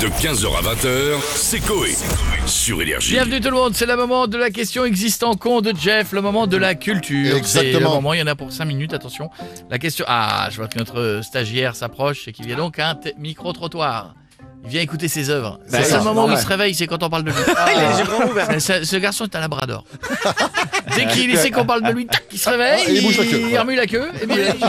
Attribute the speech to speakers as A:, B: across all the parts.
A: De 15h à 20h, c'est Coé. Sur Énergie.
B: Bienvenue tout le monde, c'est le moment de la question existe en con de Jeff, le moment de la culture.
C: Exactement.
B: C'est le moment, il y en a pour 5 minutes, attention. La question. Ah, je vois que notre stagiaire s'approche et qu'il vient donc à un t- micro-trottoir. Il vient écouter ses œuvres. C'est
C: Bah oui,
B: le seul
C: c'est
B: moment où il
C: normal. Ah,
B: se réveille, c'est quand on parle de lui. Ce- ce, ce garçon est un labrador. Dès qu'il sait qu'on parle de lui, tac, il se réveille,
C: Et Ah, il bouge la queue,
B: il
C: voilà.
B: remue la queue, et puis il-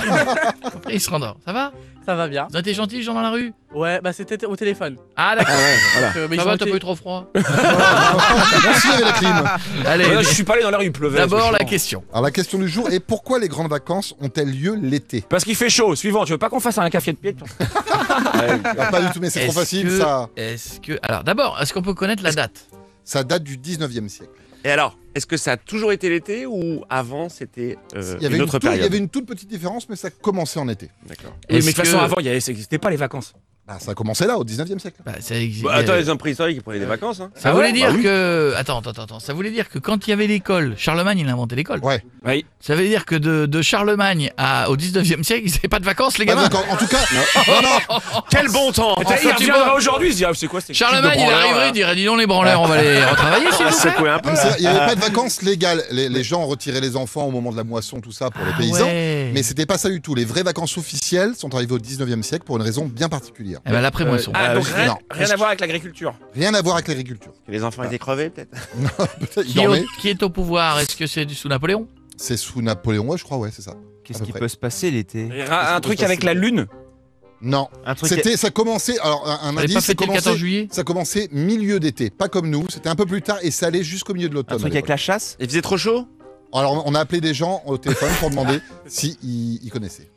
B: après il se rendort. Ça va
D: Ça va bien.
B: Vous avez été gentil, les gens dans la rue
D: Ouais, bah c'était au téléphone.
B: Ah d'accord,
D: Donc, euh, mais
B: ça
D: ils
B: va,
D: ont
B: t'as
D: été-
B: pas eu trop froid
C: Merci, il y avait la clim.
B: Allez,
E: Ouais, là, Euh, je suis pas allé dans la rue, il pleuvait.
B: d'abord la
E: franchement.
B: question.
C: Alors la question du jour est pourquoi les grandes vacances ont-elles lieu l'été
E: Parce qu'il fait chaud. Suivant, tu veux pas qu'on fasse un café de pied
C: Ah, Pas du tout, mais c'est trop
B: Est-ce
C: facile
B: que-
C: ça.
B: Est-ce que. Alors d'abord, est-ce qu'on peut connaître la date
C: Ça date du 19e siècle.
F: Et alors, est-ce que ça a toujours été l'été ou avant c'était euh,
C: Il y, avait une
F: une autre
C: tout- il y
F: période
C: avait une toute petite différence, mais ça commençait en été.
F: D'accord.
E: Oui, mais de
B: Est-ce
E: toute façon,
B: que-
E: avant, il y avait- c'était pas les vacances.
C: Bah, ça a commencé là, au 19e siècle.
B: Bah, ça exi-
F: Bah, attends,
B: euh,
F: les hommes préhistoriques ils prenaient des vacances. Hein.
B: ça
E: Ah
B: voulait
E: ouais
B: dire
F: Bah oui.
B: que. Attends, attends, attends, attends. Ça voulait dire que quand il y avait l'école, Charlemagne, il a inventé l'école.
C: Ouais.
E: Oui.
B: Ça veut dire que de, de Charlemagne à, au 19e siècle, ils n'avaient pas de vacances, les
C: Bah,
B: gamins.
C: donc, en, en tout cas, non, non,
F: Quel bon temps
E: Attends,
B: Enfin,
E: il
B: tu
E: reviendra
B: vois.
E: aujourd'hui, il se dit, ah, c'est quoi c'est-
B: Charlemagne, il
F: branleurs,
B: arriverait,
F: là.
B: il dirait dis donc, les branleurs, on va les retravailler, s'il
F: On va
B: vous plaît.
F: secouer un peu.
C: mais
F: là.
C: c'est vrai, il n'y avait pas
B: Ah.
C: de vacances légales. Les, les gens retiraient les enfants au moment de la moisson, tout ça, pour les
B: Ah
C: paysans.
B: ouais.
C: Mais c'était pas ça du tout. Les vraies vacances officielles sont arrivées au 19e siècle pour une raison bien particulière.
B: Eh ben, l'après-moisson.
E: Ah, donc
C: Euh,
E: rien,
C: non.
E: rien à voir avec l'agriculture.
C: Rien à voir avec l'agriculture.
F: Que Les enfants étaient crevés peut-être.
C: Peut-être ils
B: qui, est au-
C: dormaient.
B: qui est au pouvoir Est-ce que c'est du- sous Napoléon
C: C'est sous Napoléon, ouais, je crois, ouais, c'est ça. À
G: Qu'est-ce
C: peu
G: qui
C: près.
G: peut se passer l'été
E: Un, un truc avec la lune.
C: Non.
G: Un truc.
C: C'était, ça commençait. Alors, un, un
B: On n'avait pas
C: indice, ça
B: fêté le 14
C: commençait,
B: juillet
C: ça commençait milieu d'été, pas comme nous. C'était un peu plus tard et ça allait jusqu'au milieu
G: Un
C: de l'automne. à
G: truc avec
C: l'époque.
G: la chasse
F: Il faisait trop chaud
C: Alors, on a appelé des gens au téléphone pour demander s'ils ils ils connaissaient.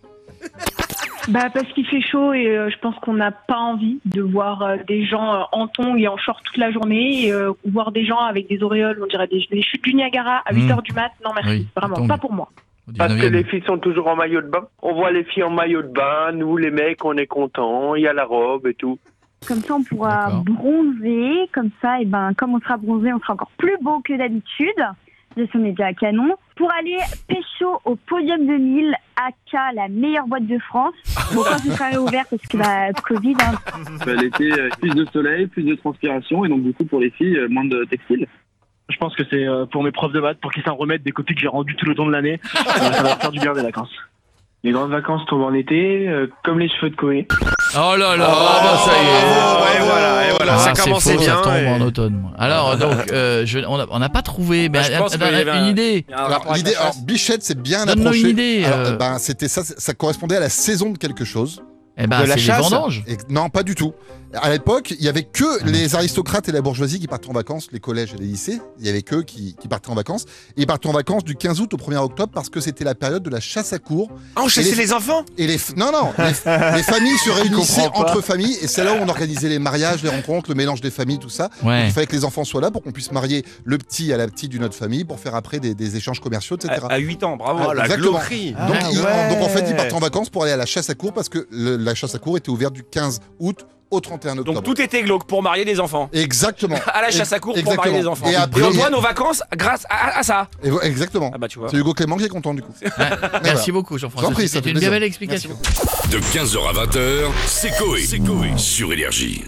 H: Bah parce qu'il fait chaud et euh, je pense qu'on n'a pas envie de voir euh, des gens euh, en tongs et en short toute la journée, et, euh, ou voir des gens avec des auréoles, on dirait des, des chutes du Niagara à
B: Mm.
H: 8h du mat. Non merci,
B: Oui,
H: vraiment
B: tongs.
H: pas pour moi.
B: Au
I: Parce que
B: 19e.
I: les filles sont toujours en maillot de bain. On voit les filles en maillot de bain, nous les mecs, on est contents, il y a la robe et tout.
J: Comme ça, on pourra
B: D'accord.
J: bronzer. Comme ça, et ben, comme on sera bronzé, on sera encore plus beau que d'habitude. Je suis déjà à canon. Pour aller pécho au podium de Lille, AK, la meilleure boîte de France. Bon, quand je serai ouvert, parce que bah, Covid, hein,
I: euh, L'été, plus de soleil, plus de transpiration, et donc du coup pour les filles, euh, moins de textiles. Je pense que c'est euh, pour mes profs de maths, pour qu'ils s'en remettent des copies que j'ai rendues tout le temps de l'année. ça va faire du bien des vacances. Les grandes vacances tombent en été, comme les cheveux de Koé.
B: Oh là là, ah bah, ça y est.
F: Oh, et voilà, et voilà.
B: Ah,
F: ça
B: c'est
F: commençait
B: faux,
F: bien.
B: Ça tombe
F: et-
B: en automne. moi. Alors, donc, euh, je- on a- on n'a pas trouvé, mais
E: Bah, je
B: un-
E: pense
B: un-
E: qu'il y avait
B: un- une
E: un-
B: idée.
E: Il y a un rapport
C: Alors,
E: avec
C: l'idée,
E: la chasse.
C: alors, Bichette s'est bien
B: Donne-nous
C: approchée.
B: une idée,
C: Alors,
B: euh.
C: ben, c'était ça, ça correspondait à la saison de quelque chose.
B: Eh ben,
G: de la
B: c'est les
G: chasse.
B: vendanges.
C: Et- non, pas du tout. À l'époque, il y avait que les aristocrates et la bourgeoisie qui partaient en vacances, les collèges et les lycées. Il y avait que qui, qui partaient en vacances. Et ils partaient en vacances du 15 août au 1er octobre parce que c'était la période de la chasse à cour.
F: Ah, on chassait
C: Et les-
F: les... enfants
C: Et les f- non non, les, f- les familles se réunissaient entre familles et c'est là où on organisait les mariages, les rencontres, le mélange des familles, tout ça.
B: Ouais.
C: Il fallait que les enfants soient là pour qu'on puisse marier le petit à la petite d'une autre famille pour faire après des, des échanges commerciaux, etc.
E: À, 8 ans, bravo.
F: Oh, la
C: Ah, exactement.
F: gloquerie
C: donc,
G: Ah
C: ils-
G: ouais.
C: donc en fait ils partent en vacances pour aller à la chasse à cour parce que le- la chasse à cour était ouverte du 15 août au 31 octobre.
E: Donc tout était glauque pour marier des enfants.
C: Exactement.
E: À la chasse à cour pour marier des enfants.
C: Et après,
E: on doit nos vacances grâce à, à ça.
C: et voilà, exactement.
E: Ah bah tu vois.
C: C'est Hugo Clément qui est content du coup.
B: Merci
C: Voilà.
B: beaucoup,
C: Ah. Je t'en
B: Jean-François.
C: prie, ça
B: C'était
C: fait
B: une bien
C: plaisir.
B: belle explication.
A: De 15h à 20h, c'est Coé. Sur Énergie.